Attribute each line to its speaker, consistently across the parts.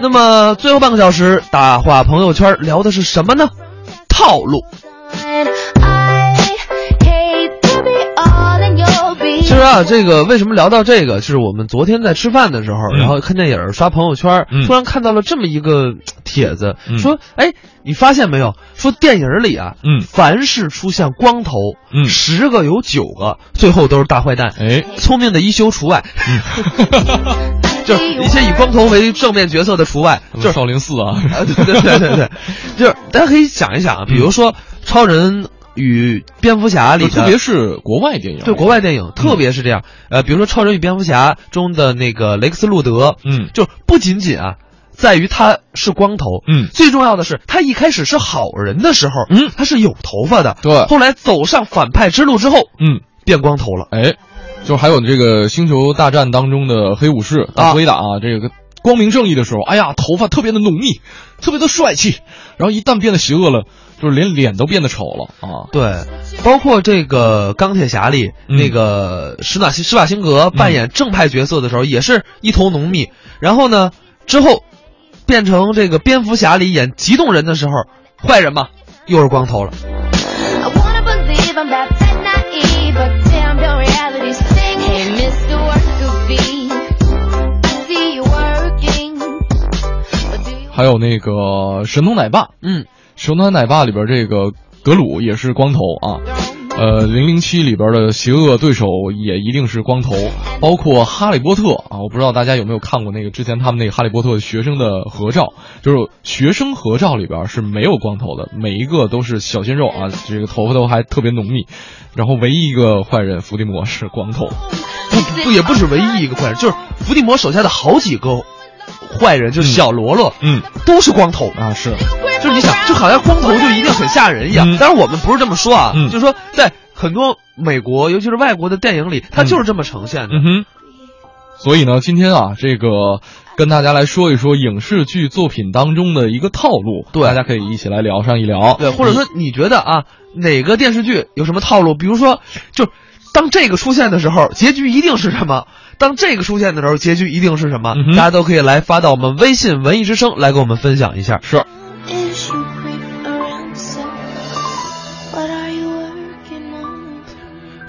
Speaker 1: 那么最后半个小时，大话朋友圈聊的是什么呢？套路。其实啊，这个为什么聊到这个，是我们昨天在吃饭的时候，
Speaker 2: 嗯
Speaker 1: 然后看电影、刷朋友圈，
Speaker 2: 嗯
Speaker 1: 突然看到了这么一个帖子，
Speaker 2: 嗯
Speaker 1: 说：“哎，你发现没有？说电影里啊，
Speaker 2: 嗯
Speaker 1: 凡是出现光头，
Speaker 2: 嗯
Speaker 1: 十个有九个最后都是大坏蛋，
Speaker 2: 哎，嗯
Speaker 1: 聪明的一休除外，
Speaker 3: 哎
Speaker 1: 就是一些以光头为正面角色的除外，就是
Speaker 2: 少林寺啊，
Speaker 1: 啊，对对对对对，就是大家可以想一想啊，比如说《超人与蝙蝠侠》里的，
Speaker 2: 特别是国外电影，
Speaker 1: 对国，外电影，特别是这样，呃，比如说《超人与蝙蝠侠》中的那个雷克斯·路德，
Speaker 2: 嗯
Speaker 1: 就不仅仅啊，在于他是光头，
Speaker 2: 嗯
Speaker 1: 最重要的是他一开始是好人的时候，
Speaker 2: 嗯
Speaker 1: 他是有头发的，
Speaker 2: 对
Speaker 1: 后来走上反派之路之后，
Speaker 2: 嗯，
Speaker 1: 变光头了，
Speaker 2: 哎，就还有这个《星球大战》当中的黑武士达
Speaker 1: 啊
Speaker 2: 斯维达啊，这个光明正义的时候，哎呀，头发特别的浓密，特别的帅气，然后一旦变得邪恶了，就是连脸都变得丑了啊。
Speaker 1: 对。包括这个钢铁侠里、
Speaker 2: 嗯
Speaker 1: 那个施瓦辛施瓦辛格扮演正派角色的时候，也是一头浓密，然后呢，之后变成这个蝙蝠侠里演激动人的时候，坏人嘛，又是光头了。
Speaker 2: 还有那个《神偷奶爸》，《
Speaker 1: 嗯，
Speaker 2: 神偷奶爸》里边这个格鲁也是光头啊。呃，零零七里边的邪恶对手也一定是光头，包括哈利波特啊，我不知道大家有没有看过那个之前他们那个哈利波特学生的合照，就是学生合照里边是没有光头的，每一个都是小鲜肉啊，这个头发都还特别浓密，然后唯一一个坏人伏地魔是光头，啊
Speaker 1: 不不也不止唯一一个坏人，就是伏地魔手下的好几个坏人，就是小罗罗，
Speaker 2: 嗯
Speaker 1: 都是光头。
Speaker 2: 啊是，
Speaker 1: 就是你想，就好像光头就一定很吓人一样。
Speaker 2: 嗯
Speaker 1: 当然我们不是这么说啊，
Speaker 2: 嗯
Speaker 1: 就是说在很多美国，尤其是外国的电影里，它就是这么呈现的。
Speaker 2: 嗯哼。所以呢，今天啊，这个跟大家来说一说影视剧作品当中的一个套路，
Speaker 1: 对
Speaker 2: 大家可以一起来聊上一聊。
Speaker 1: 对，或者说你觉得啊，哪个电视剧有什么套路？比如说，就当这个出现的时候，结局一定是什么？当这个出现的时候，结局一定是什么？
Speaker 2: 嗯哼
Speaker 1: 大家都可以来发到我们微信“文艺之声”来跟我们分享一下。
Speaker 2: 是。
Speaker 3: Is you creep around so What are you working on?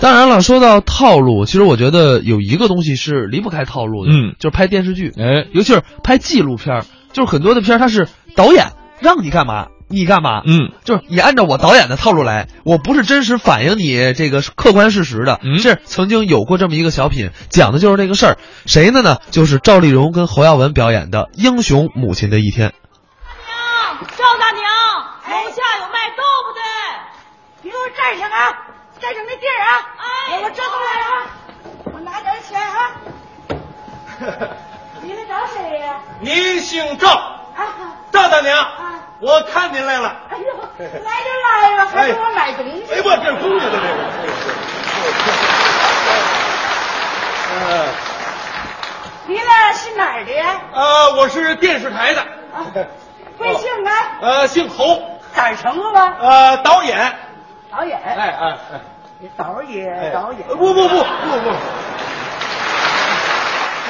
Speaker 1: 当然了，说到套路，其实我觉得有一个东西是离不开套路的，
Speaker 2: 嗯
Speaker 1: 就是拍电视剧，
Speaker 2: 哎，
Speaker 1: 尤其是拍纪录片儿，就是很多的片儿它是导演让你干嘛你干嘛，
Speaker 2: 嗯
Speaker 1: 就是你按照我导演的套路来，我不是真实反映你这个客观事实的，
Speaker 2: 嗯
Speaker 1: 是曾经有过这么一个小品，讲的就是这个事儿。谁呢呢？就是赵丽蓉跟侯耀文表演的《英雄母亲的一天》。
Speaker 4: 赵大娘，楼下有卖豆腐的，别给我哎站上啊，站上那地儿啊！哎，我这都来啊，我拿点钱 啊。你来找谁呀、
Speaker 5: 您姓赵，
Speaker 4: 啊？
Speaker 5: 赵大娘
Speaker 4: 啊，
Speaker 5: 我看您来了。
Speaker 4: 哎呦， 来就来了，还给我买东西。
Speaker 5: 哎呦，我这姑娘的这个。呃
Speaker 4: 你俩是哪儿的呀？
Speaker 5: 啊，我是电视台的，
Speaker 4: 啊，贵姓啊？
Speaker 5: 呃，姓侯，
Speaker 4: 赶上了吗？
Speaker 5: 呃，导演。
Speaker 4: 导演，
Speaker 5: 哎哎
Speaker 4: 导演，
Speaker 5: 哎，
Speaker 4: 导演，
Speaker 5: 呃不不不不不，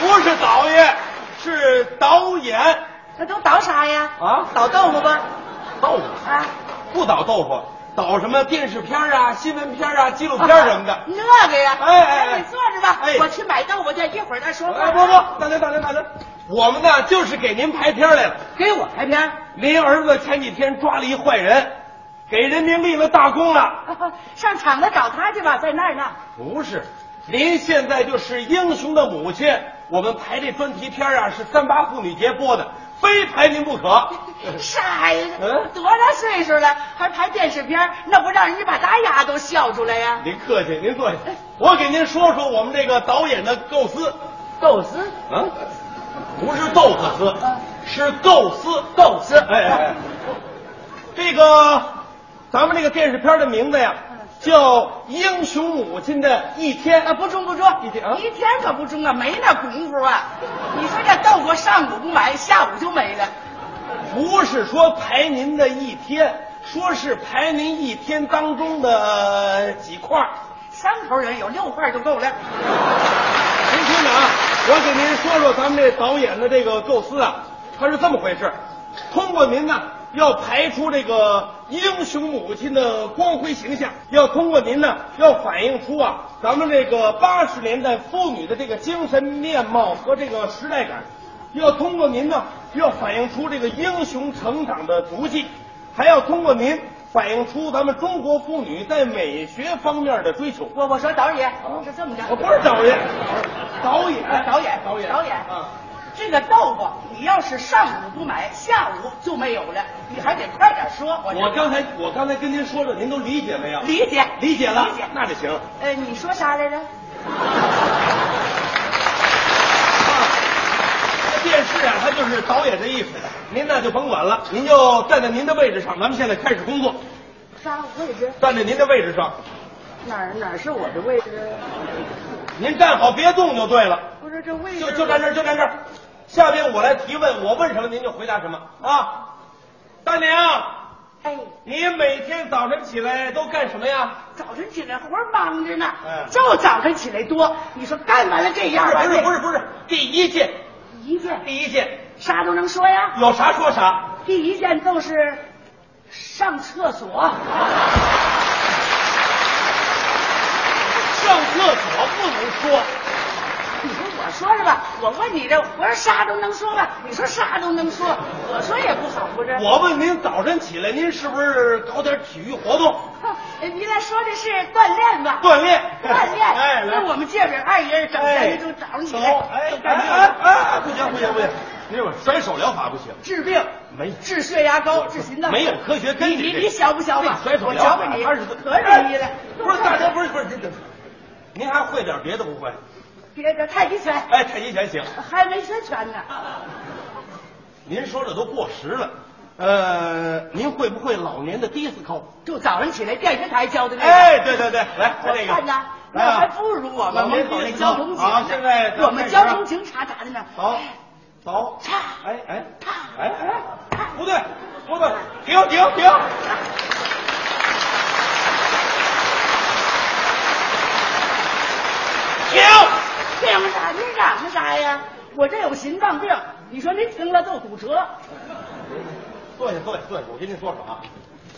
Speaker 5: 不是导演，是导演。
Speaker 4: 那都倒啥呀？
Speaker 5: 啊
Speaker 4: 倒豆腐吧。
Speaker 5: 豆腐
Speaker 4: 啊，
Speaker 5: 不倒豆腐，倒什么电视片啊、新闻片啊、纪录 片什么的。
Speaker 4: 那个呀，
Speaker 5: 哎哎哎
Speaker 4: 你坐着吧，
Speaker 5: 哎
Speaker 4: 我去买豆腐去，一会儿再说话。
Speaker 5: 哎，不不，大娘大娘大娘，我们呢就是给您拍片儿来了。
Speaker 4: 给我拍片儿。
Speaker 5: 您儿子前几天抓了一坏人，给人民立了大功了。
Speaker 4: 上厂子找他去吧，在那儿呢。
Speaker 5: 不是，您现在就是英雄的母亲。我们排这专题片儿啊，是三八妇女节播的，非排您 不可。
Speaker 4: 傻孩子，
Speaker 5: 嗯
Speaker 4: 哎多大岁数了，还拍电视片儿，那不让人家把大牙都笑出来呀、
Speaker 5: 您客气，您坐下，我给您说说我们这个导演的构思。
Speaker 4: 构思，啊
Speaker 5: 啊，不是豆腐丝，是构思，构思。哎哎哎，这个咱们这个电视片的名字呀，叫《英雄母亲的一天》
Speaker 4: 啊，不中不中，
Speaker 5: 一天啊
Speaker 4: 一天可不中啊，没那功夫啊。你说这豆腐上午不买，下午就没了。
Speaker 5: 不是说排您的一天，说是排您一天当中的呃几块儿。
Speaker 4: 三口人有六块就够了。
Speaker 5: 您听着啊，我给您说说咱们这导演的这个构思啊。它是这么回事儿。通过您呢，要排出这个英雄母亲的光辉形象，要通过您呢，要反映出啊，咱们这个八十年代妇女的这个精神面貌和这个时代感，要通过您呢，要反映出这个英雄成长的足迹，还要通过您反映出咱们中国妇女在美学方面的追求。
Speaker 4: 我我说导演是这么着，
Speaker 5: 我不是导演，导演，
Speaker 4: 哎导演，
Speaker 5: 导演，
Speaker 4: 导演
Speaker 5: 啊！
Speaker 4: 这个豆腐，你要是上午不买，下午就没有了，你还得快点说。我
Speaker 5: 我刚才我刚才跟您说的，您都理解没有？
Speaker 4: 理解
Speaker 5: 理解了，
Speaker 4: 理解。
Speaker 5: 那就行。啊
Speaker 4: 呃，你说啥来着？
Speaker 5: 这电视啊，它就是导演的艺术。您那就甭管了，您就站在您的位置上，咱们现在开始工作。
Speaker 4: 啥位置？
Speaker 5: 站在您的位置上，
Speaker 4: 哪儿哪儿是我的位置？
Speaker 5: 您站好别动就对了，
Speaker 4: 不是这位置，
Speaker 5: 就就站这儿，就站这儿。下边我来提问，我问什么您就回答什么啊。大娘，
Speaker 4: 哎，
Speaker 5: 你每天早晨起来都干什么呀？
Speaker 4: 早晨起来活儿忙着呢，
Speaker 5: 嗯
Speaker 4: 就早晨起来多。你说干完了这
Speaker 5: 不
Speaker 4: 样，
Speaker 5: 是
Speaker 4: 完
Speaker 5: 不
Speaker 4: 了
Speaker 5: 是不是不是，第一件
Speaker 4: 一件
Speaker 5: 第一件，
Speaker 4: 啥都能说呀。
Speaker 5: 有啥说啥。
Speaker 4: 第一件就是上厕所，
Speaker 5: 上厕所不能说，
Speaker 4: 你说我说是吧？我问你这，我说啥都能说吧？你说啥都能说，我说也不好，不是？
Speaker 5: 我问您早晨起来您是不是搞点体育活动
Speaker 4: 哼， 你那说的是锻炼吧？
Speaker 5: 锻炼？
Speaker 4: 锻炼。
Speaker 5: 哎，来
Speaker 4: 那我们这边二爷整
Speaker 5: 哎，
Speaker 4: 天就找你
Speaker 5: 走
Speaker 4: 来，
Speaker 5: 哎
Speaker 4: 就
Speaker 5: 哎
Speaker 4: 干这
Speaker 5: 哎
Speaker 4: 个
Speaker 5: 哎，不行不行不行，您会甩手疗法不行，
Speaker 4: 治病、
Speaker 5: 没
Speaker 4: 治血压高、治心脏，
Speaker 5: 没有科学根据。
Speaker 4: 你你你小不小吧？
Speaker 5: 甩手
Speaker 4: 我
Speaker 5: 疗
Speaker 4: 瞧
Speaker 5: 法
Speaker 4: 瞧你，
Speaker 5: 他是
Speaker 4: 可容易了
Speaker 5: 哎。不是大家不是不是，您您还会点别的不会？
Speaker 4: 别的太极拳
Speaker 5: 哎，太极拳行。
Speaker 4: 还没学全呢，
Speaker 5: 您说这都过时了，呃，您会不会老年的迪斯科？
Speaker 4: 就早上起来电视台教的那个。
Speaker 5: 哎，对对对，来，
Speaker 4: 我
Speaker 5: 来这
Speaker 4: 看
Speaker 5: 个啊
Speaker 4: 呐，，那还不如我们门口那交通警
Speaker 5: 好，啊现在啊
Speaker 4: 我们交通警察咋的呢？
Speaker 5: 走走，
Speaker 4: 嚓
Speaker 5: 哎哎
Speaker 4: 嚓
Speaker 5: 哎哎
Speaker 4: 嚓，
Speaker 5: 不对不对，停停停！停！
Speaker 4: 病啥？您嚷嚷啥呀？我这有心脏病，你说您听了就堵车。
Speaker 5: 坐下坐下坐下，我跟您说说啊，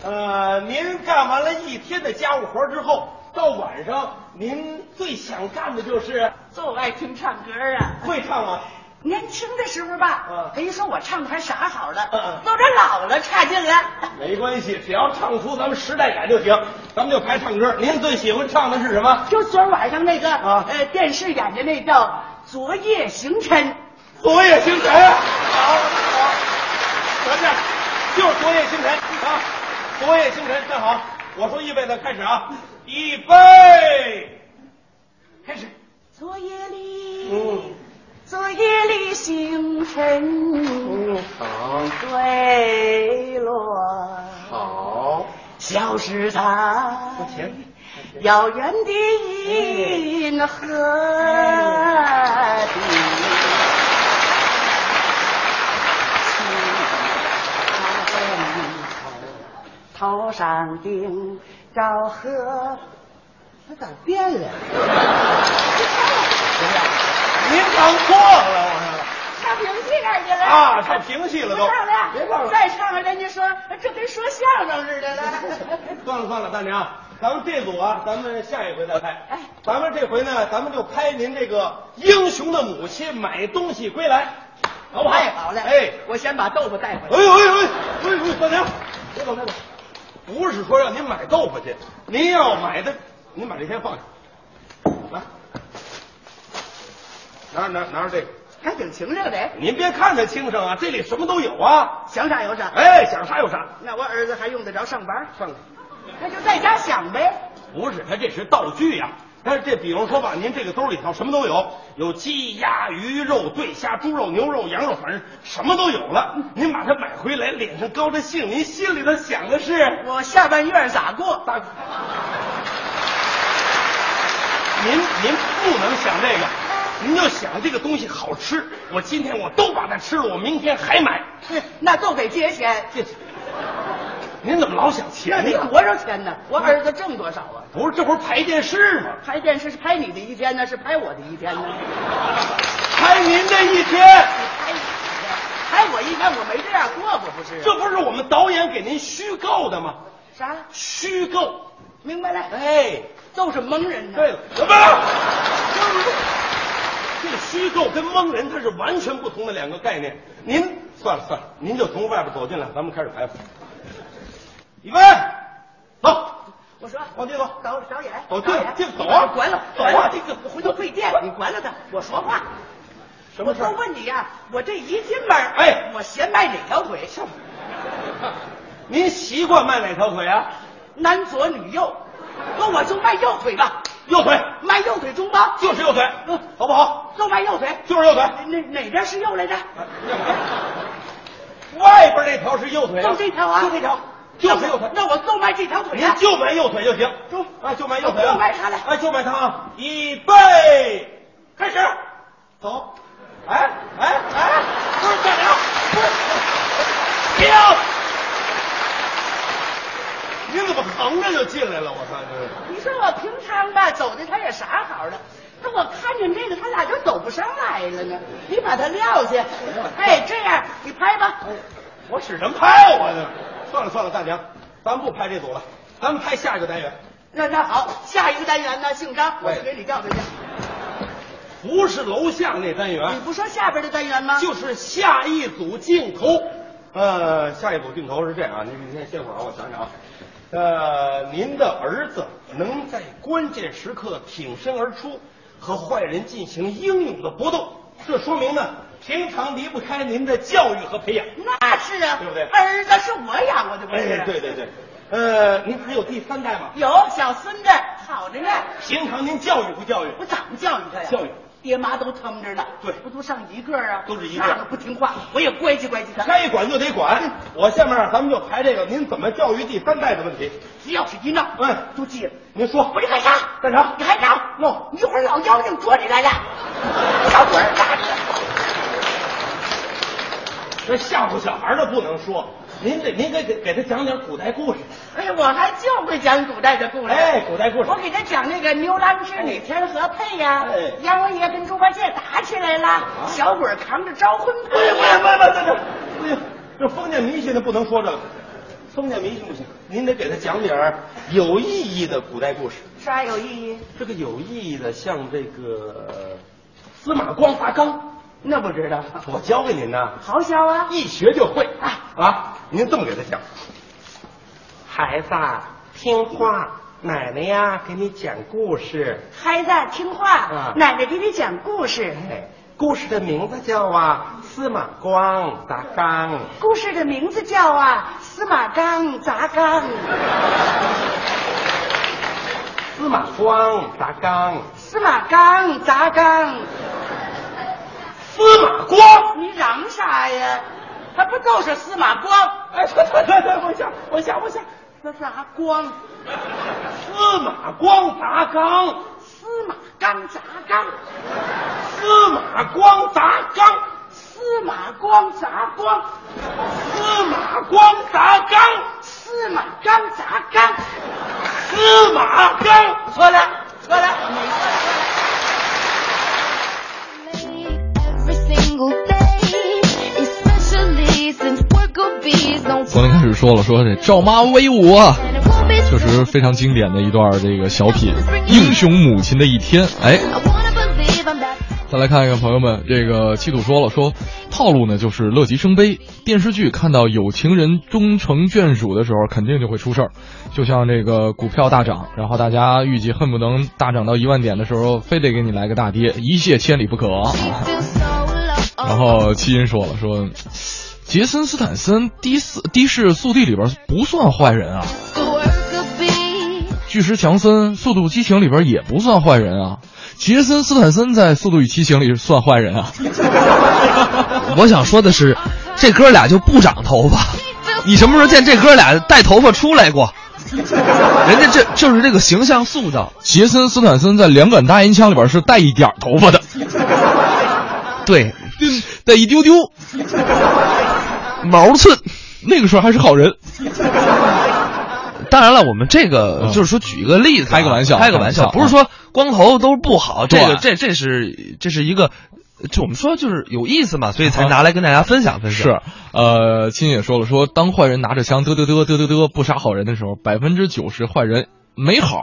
Speaker 5: 呃，您干完了一天的家务活之后，到晚上您最想干的就是
Speaker 4: 就爱听唱歌啊。
Speaker 5: 会唱吗？
Speaker 4: 年轻的时候吧
Speaker 5: 嗯，
Speaker 4: 人说我唱的还啥好了
Speaker 5: 嗯啊嗯，
Speaker 4: 到这老了差劲了。
Speaker 5: 没关系，只要唱出咱们时代感就行。咱们就排唱歌，您最喜欢唱的是什么？
Speaker 4: 就昨儿晚上那个
Speaker 5: 啊
Speaker 4: 呃电视演的那叫《昨夜行尘
Speaker 5: 《昨夜星辰》。好，好，咱这就是《昨夜星辰》啊，《昨夜星辰》站好，我说预备的开始啊，预备，开始。》。
Speaker 4: 昨夜
Speaker 5: 嗯
Speaker 4: 里，昨夜里星辰
Speaker 5: 嗯，好，
Speaker 4: 坠落，
Speaker 5: 好，
Speaker 4: 消失在
Speaker 5: 不停。
Speaker 4: 遥远的银河里。头上顶着河，他咋变了？
Speaker 5: 您唱错了，我说。
Speaker 4: 上评戏那儿去了
Speaker 5: 啊上评戏了都
Speaker 4: 哎不唱了，
Speaker 5: 别唱了
Speaker 4: 再唱了，人家说这跟说相声似的了。
Speaker 5: 算了算了，大娘，咱们这组啊，咱们下一回再拍。
Speaker 4: 哎
Speaker 5: 咱们这回呢，咱们就拍您这个英雄的母亲买东西归来，好不好？
Speaker 4: 太好了，
Speaker 5: 哎，
Speaker 4: 我先把豆腐带回来
Speaker 5: 哎。呦哎呦哎呦哎呦，大娘，别走别走，不是说让您买豆腐去，您要买的，您把这先放下，来，拿着拿着拿着这个，
Speaker 4: 还挺情热的，哎
Speaker 5: 您别看它轻省啊，这里什么都有啊，
Speaker 4: 想啥有啥。
Speaker 5: 哎，想啥有啥，
Speaker 4: 那我儿子还用得着上班？
Speaker 5: 上去。
Speaker 4: 那就在家想呗。
Speaker 5: 不是，它这是道具呀、但是这比如说吧，您这个兜里头什么都有，有鸡、鸭、鱼肉、对虾、猪肉、牛肉、羊肉，反正什么都有了。您把它买回来，脸上高着兴，您心里头想的是，
Speaker 4: 我下半月咋过？
Speaker 5: 大，您您不能想这个，您就想这个东西好吃。我今天我都把它吃了，我明天还买。
Speaker 4: 哼那就得借钱，
Speaker 5: 这，您怎么老想
Speaker 4: 那
Speaker 5: 钱
Speaker 4: 得
Speaker 5: 呢？
Speaker 4: 多少钱呢？我儿子挣多少啊？
Speaker 5: 不是，这不是排电视吗？
Speaker 4: 拍电视是拍你的一天呢，是拍我的一天呢？
Speaker 5: 排您这一天。
Speaker 4: 拍你的，
Speaker 6: 来我一看我没这样过过，不
Speaker 4: 啊
Speaker 6: 是？
Speaker 5: 这不是我们导演给您虚构的吗？
Speaker 6: 啥？
Speaker 5: 虚构。
Speaker 6: 明白了，
Speaker 5: 哎，
Speaker 6: 就是蒙人呢。
Speaker 5: 对了，什么？这个虚构跟蒙人他是完全不同的两个概念。您算了算了，您就从外边走进来，咱们开始排吧。李飞，走，
Speaker 6: 我说
Speaker 5: 往进走
Speaker 6: 导导演，
Speaker 5: 走
Speaker 6: 导演，
Speaker 5: 进进走啊
Speaker 6: 你管了，
Speaker 5: 走啊
Speaker 6: 管了
Speaker 5: 进进
Speaker 6: 回头费电，你管了他，我说话。
Speaker 5: 什么事儿
Speaker 6: 我就问你呀、我这一进门，
Speaker 5: 哎
Speaker 6: 我先迈哪条腿？是
Speaker 5: 您习惯迈哪条腿啊？
Speaker 6: 男左女右，那我就迈右腿吧，
Speaker 5: 右腿，
Speaker 6: 迈右腿中吧，
Speaker 5: 就是右腿
Speaker 6: 嗯，
Speaker 5: 好不好？
Speaker 6: 就迈右腿。
Speaker 5: 就是啊右腿。
Speaker 6: 哪哪边是右来着？
Speaker 5: 外边那条是右腿啊
Speaker 6: 就这条啊，
Speaker 5: 就这条，就是右腿。
Speaker 6: 那我就迈这条腿
Speaker 5: 您
Speaker 6: 啊。
Speaker 5: 就迈右腿就行。
Speaker 6: 中
Speaker 5: 啊，就迈右腿。
Speaker 6: 就迈它了
Speaker 5: 哎，就迈它啊！预备，开始，走。哎哎哎，不是站长，不是，停！您怎么横着就进来了？我看这是。
Speaker 6: 你说我平常吧走的他也啥好的，那我看见这个他咋就走不上来了呢？你把他撂下，哎，这样你拍吧，
Speaker 5: 哎我使什么拍啊我呢？算了算了，大娘，咱们不拍这组了，咱们拍下一个单元。
Speaker 6: 那那好，下一个单元呢，姓张，
Speaker 5: 哎
Speaker 6: 我就给你调回去。
Speaker 5: 不是楼下那单元
Speaker 6: 你，不说下边的单元吗？
Speaker 5: 啊就是下一组镜头。呃，下一组镜头是这样啊，您您先歇会儿啊，我想想啊。呃，您的儿子能在关键时刻挺身而出，和坏人进行英勇的搏斗，这说明呢，平常离不开您的教育和培养。
Speaker 6: 那是啊，
Speaker 5: 对不对
Speaker 6: 儿子是我养活的，不是？
Speaker 5: 哎，对对对，呃，您还有第三代吗？
Speaker 6: 有小孙子，好着呢。
Speaker 5: 平常您教育不教育？
Speaker 6: 我怎么教育他呀？
Speaker 5: 教育。
Speaker 6: 爹妈都疼着呢，
Speaker 5: 对
Speaker 6: 不都上一个啊？
Speaker 5: 都是一个
Speaker 6: 那个不听话，我也乖唧乖唧他。
Speaker 5: 该管就得管。我下面咱们就排这个您怎么教育第三代的问题。
Speaker 6: 只要是一闹，
Speaker 5: 嗯
Speaker 6: 都急了。
Speaker 5: 您说，
Speaker 6: 我说干啥？
Speaker 5: 干啥
Speaker 6: 你还啥？
Speaker 5: 哟
Speaker 6: 你一会儿老妖精捉你来了，小鬼儿打你！
Speaker 5: 这吓唬小孩儿的不能说，您得您得给给他讲点古代故事。
Speaker 6: 哎呀，我还就会讲古代的故事。
Speaker 5: 哎，古代故事
Speaker 6: 我。给他讲那个牛郎织女天河配呀、
Speaker 5: 哎啊
Speaker 6: 阎王爷跟猪八戒打起来了，小鬼儿扛着招魂
Speaker 5: 不行
Speaker 6: 幡
Speaker 5: 不行不行不行不行不行，这封建迷信的不能说这个，封建迷信不行，您得给他讲点儿有意义的古代故事。
Speaker 6: 啥有意义？
Speaker 5: 这个有意义的，像这个呃司马光砸缸，
Speaker 6: 那不知道，
Speaker 5: 我教给您呢，
Speaker 6: 好笑啊！
Speaker 5: 一学就会啊！您这么给他讲。孩子啊，听话，奶奶呀给你讲故事。
Speaker 6: 孩子听话、
Speaker 5: 啊
Speaker 6: 奶奶给你讲故事。
Speaker 5: 哎，故事的名字叫啊《司马光砸缸》。
Speaker 6: 故事的名字叫啊《司马缸砸缸》，
Speaker 5: 司马光砸缸，
Speaker 6: 司马缸砸缸，
Speaker 5: 司马光。
Speaker 6: 你嚷啥呀？还不都是司马光？
Speaker 5: 哎，对对对对，我想，我想，我想，
Speaker 6: 那砸光，
Speaker 5: 司马光砸缸，
Speaker 6: 司马缸砸缸，
Speaker 5: 司马光砸缸，
Speaker 6: 司马光砸光，
Speaker 5: 司马光砸缸，
Speaker 6: 司马缸砸缸。
Speaker 5: 司马缸。
Speaker 6: 错了，错了。
Speaker 3: Every single day, especially since work will be so
Speaker 2: 从一开始说了，说这赵妈威武啊，
Speaker 3: And it won't be
Speaker 2: 确实非常经典的一段这个小品《英雄母亲的一天》。哎，
Speaker 3: I wanna believe I'm that
Speaker 2: 再来看一看朋友们，这个七土说了，说套路呢就是乐极生悲。电视剧看到有情人终成眷属的时候，肯定就会出事儿。就像这个股票大涨，然后大家预计恨不能大涨到一万点的时候，非得给你来个大跌，一泻千里不可。
Speaker 3: feel so
Speaker 2: 然
Speaker 3: low.
Speaker 2: 后七音说了，说杰森斯坦森的士的士速递里边不算坏人啊。
Speaker 3: The work will be
Speaker 2: 巨石强森《速度与激情》里边也不算坏人啊，杰森斯坦森在《速度与激情》里算坏人啊。
Speaker 1: 我想说的是，这哥俩就不长头发。你什么时候见这哥俩带头发出来过？人家这就是这个形象塑造。
Speaker 2: 杰森斯坦森在《两杆大烟枪》里边是带一点儿头发的，
Speaker 1: 对，
Speaker 2: 带一丢丢，
Speaker 1: 毛寸。
Speaker 2: 那个时候还是好人。
Speaker 1: 当然了，我们这个
Speaker 2: 嗯
Speaker 1: 就是说举一个例子啊，
Speaker 2: 开个玩笑
Speaker 1: 开个玩笑，
Speaker 2: 开个玩笑
Speaker 1: 不是说光头都不好，这个这
Speaker 2: 对
Speaker 1: 这是这是一个就我们说就是有意思嘛，所以才拿来跟大家分享分享。
Speaker 2: 是，呃，亲也说了，说当坏人拿着枪嘚嘚嘚嘚嘚嘚不杀好人的时候，百分之九十坏人没好。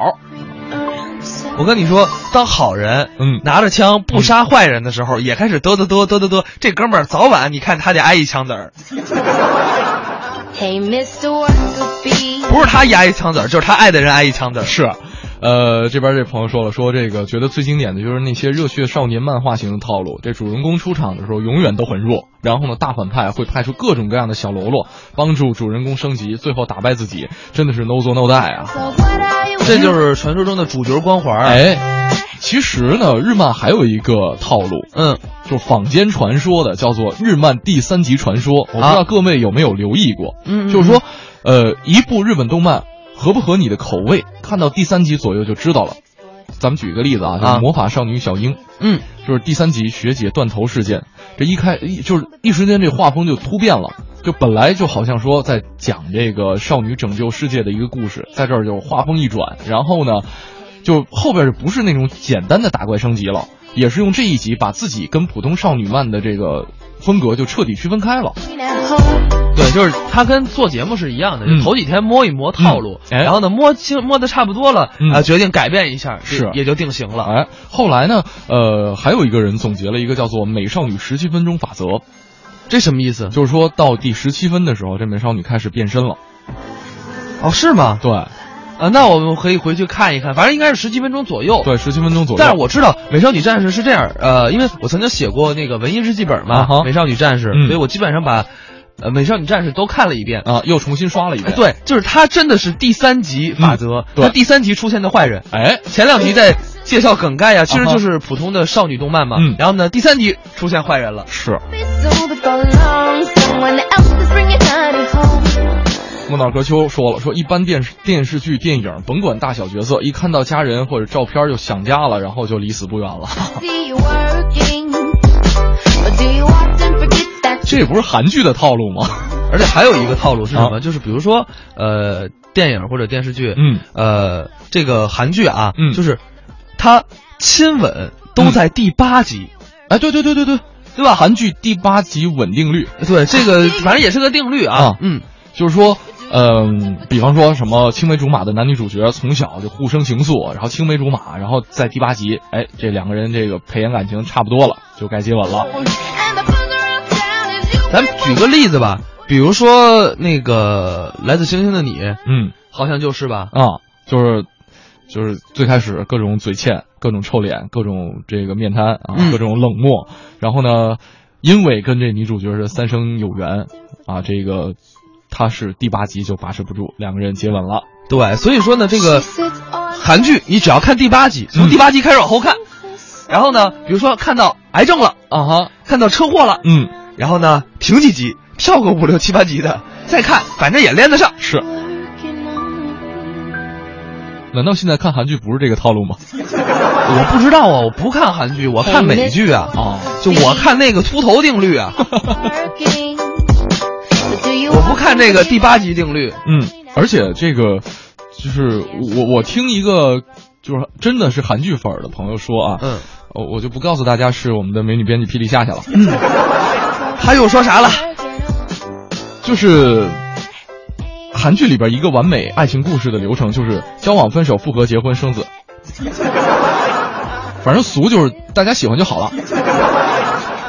Speaker 1: 我跟你说，当好人，
Speaker 2: 嗯
Speaker 1: 拿着枪不杀坏人的时候，也开始嘚嘚嘚嘚嘚嘚，这哥们儿早晚你看他得挨一枪子儿，
Speaker 3: Hey, Mr. Worker Bee.
Speaker 1: 不是他一挨一枪子儿，就是他爱的人挨一枪子儿。
Speaker 2: 是，呃，这边这朋友说了，说这个觉得最经典的就是那些热血少年漫画型的套路，这主人公出场的时候永远都很弱，然后呢，大反派会派出各种各样的小喽啰帮助主人公升级，最后打败自己，真的是 no 做 no die 啊。
Speaker 3: So what are you
Speaker 1: 这就是传说中的主角光环儿。
Speaker 2: 哎，其实呢，日漫还有一个套路，
Speaker 1: 嗯，
Speaker 2: 就坊间传说的，叫做日漫第三级传说。我不知道各位有没有留意过，
Speaker 1: 啊嗯嗯
Speaker 2: 就是说，呃，一部日本动漫合不合你的口味，看到第三集左右就知道了。咱们举一个例子啊，就是
Speaker 1: 啊
Speaker 2: 魔法少女小樱，
Speaker 1: 嗯，
Speaker 2: 就是第三集学姐断头事件，这一开一就是一瞬间这画风就突变了，就本来就好像说在讲这个少女拯救世界的一个故事，在这儿就画风一转，然后呢，就后边就不是那种简单的打怪升级了，也是用这一集把自己跟普通少女漫的这个风格就彻底区分开了。
Speaker 3: doing at home?
Speaker 1: 对，就是他跟做节目是一样的，
Speaker 2: 嗯
Speaker 1: 就头几天摸一摸套路，
Speaker 2: 嗯哎
Speaker 1: 然后呢摸清摸的差不多了，
Speaker 2: 嗯
Speaker 1: 啊，决定改变一下，
Speaker 2: 是
Speaker 1: 也也就定型了。
Speaker 2: 哎，后来呢，呃，还有一个人总结了一个叫做“美少女十七分钟法则”，
Speaker 1: 这什么意思？
Speaker 2: 就是说到第十七分的时候，这美少女开始变身了。
Speaker 1: 哦，是吗？
Speaker 2: 对，
Speaker 1: 啊，那我们可以回去看一看，反正应该是十几分钟左右。。
Speaker 2: 对，十七分钟左右。
Speaker 1: 但是我知道《美少女战士》是这样，呃，因为我曾经写过那个文艺日记本嘛，
Speaker 2: 啊哈
Speaker 1: 美少女战士》，
Speaker 2: 嗯
Speaker 1: 所以我基本上把，呃，《美少女战士》都看了一遍。
Speaker 2: 啊，又重新刷了一遍。，
Speaker 1: 哎对，就是它真的是第三集法则，
Speaker 2: 对
Speaker 1: 它第三集出现的坏人，
Speaker 2: 哎，
Speaker 1: 前两集在介绍梗概呀、其实
Speaker 2: 啊哈
Speaker 1: 就是普通的少女动漫嘛。
Speaker 2: 嗯
Speaker 1: 然后呢，第三集出现坏人了。
Speaker 2: 是
Speaker 3: It's over for long. Someone else is bringing honey home.
Speaker 2: 莫纳哥秋说了，说一般电视电视剧、电影，甭管大小角色，一看到家人或者照片就想家了，然后就离死不远了。
Speaker 3: See you working. Or do you often forget that
Speaker 2: 这不是韩剧的套路吗？
Speaker 1: 而且还有一个套路是什么？
Speaker 2: 啊
Speaker 1: 就是比如说，呃，电影或者电视剧，
Speaker 2: 嗯，
Speaker 1: 呃，这个韩剧啊，
Speaker 2: 嗯
Speaker 1: 就是他亲吻都在第八集，
Speaker 2: 哎，对对对对对，对吧？韩剧第八集稳定率，
Speaker 1: 对，这个反正也是个定律啊，
Speaker 2: 啊
Speaker 1: 嗯，
Speaker 2: 就是说，嗯、比方说什么青梅竹马的男女主角从小就互生情愫，然后青梅竹马，然后在第八集，哎，这两个人这个培养感情差不多了，就该接吻了。
Speaker 3: And the further I'm down is you.
Speaker 1: 咱举个例子吧，比如说那个《来自星星的你》，
Speaker 2: 嗯
Speaker 1: 好像就是吧，
Speaker 2: 啊，就是就是最开始各种嘴欠，各种臭脸，各种这个面瘫啊，
Speaker 1: 嗯
Speaker 2: 各种冷漠。然后呢，因为跟这女主角是三生有缘啊，这个他是第八集就把持不住，两个人接吻了。
Speaker 1: 对，所以说呢，这个
Speaker 3: She sits on
Speaker 1: 韩剧你只要看第八集，从第八集开始往后看，然后呢，比如说看到癌症了，
Speaker 2: 啊哈，
Speaker 1: 看到车祸了，
Speaker 2: 嗯，
Speaker 1: 然后呢停几集，跳个五六七八集的再看，反正也连得上。
Speaker 2: 是。
Speaker 3: working on.
Speaker 2: 难道现在看韩剧不是这个套路吗？
Speaker 1: 我不知道啊，我不看韩剧，我看美剧啊。
Speaker 2: 哦，
Speaker 1: 就我看那个秃头定律 啊，
Speaker 3: Working. But do you
Speaker 1: 我不看这个第八级定律。
Speaker 2: 嗯，而且这个就是我我听一个就是真的是韩剧粉儿的朋友说啊，
Speaker 1: 嗯，
Speaker 2: 呃，我就不告诉大家是我们的美女编辑霹雳夏夏了。
Speaker 1: 嗯他又说啥了？
Speaker 2: 就是韩剧里边一个完美爱情故事的流程，就是交往、分手、复合、结婚、生子。反正俗就是大家喜欢就好了。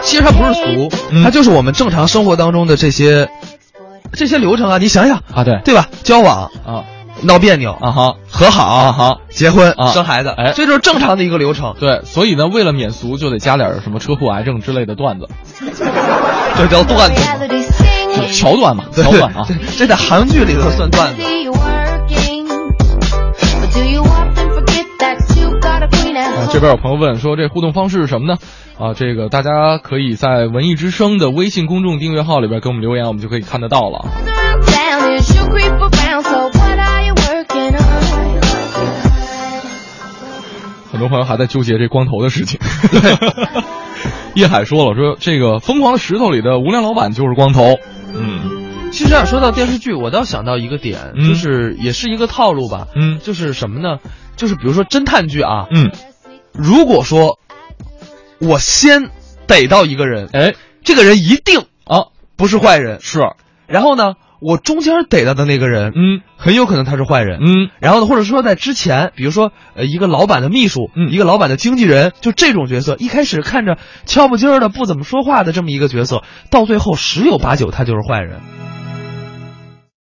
Speaker 1: 其实他不是俗，
Speaker 2: 嗯
Speaker 1: 他就是我们正常生活当中的这些这些流程啊。你想想，
Speaker 2: 啊，对
Speaker 1: 对吧？交往、
Speaker 2: 啊
Speaker 1: 闹别扭、
Speaker 2: 啊哈，
Speaker 1: 和好、
Speaker 2: 啊哈
Speaker 1: 结婚、
Speaker 2: 啊
Speaker 1: 生孩子，
Speaker 2: 哎
Speaker 1: 这就是正常的一个流程。
Speaker 2: 对，所以呢，为了免俗，就得加点什么车祸、癌症之类的段子，
Speaker 1: 这叫段子嘛，
Speaker 3: reality singing?
Speaker 2: 就 桥段嘛，
Speaker 1: 对
Speaker 2: 桥段啊。
Speaker 1: 对这在韩剧里头算段子。
Speaker 3: See you working. But do you often forget that you got a queen at
Speaker 2: 啊，
Speaker 3: home?
Speaker 2: 这边有朋友问说，这互动方式是什么呢？啊，这个大家可以在文艺之声的微信公众订阅号里边给我们留言，我们就可以看得到了。
Speaker 3: Down is you creep around, so what are you working on?
Speaker 2: 很多朋友还在纠结这光头的事 情。叶海说了，说这个《疯狂的石头》里的无良老板就是光头。嗯
Speaker 1: 其实啊，说到电视剧，我倒想到一个点，
Speaker 2: 嗯
Speaker 1: 就是也是一个套路吧，
Speaker 2: 嗯
Speaker 1: 就是什么呢？嗯就是比如说侦探剧啊，
Speaker 2: 嗯
Speaker 1: 如果说我先
Speaker 2: 逮到一个人，
Speaker 1: 哎，
Speaker 2: 这个人一定
Speaker 1: 啊，
Speaker 2: 不是坏人。
Speaker 1: 是，
Speaker 2: 然后呢，我中间逮到的那个人，
Speaker 1: 嗯
Speaker 2: 很有可能他是坏人。
Speaker 1: 嗯，
Speaker 2: 然后呢，或者说在之前，比如说呃一个老板的秘书，
Speaker 1: 嗯
Speaker 2: 一个老板的经纪人，就这种角色，一开始看着悄不唧儿的、不怎么说话的这么一个角色，到最后十有八九他就是坏人。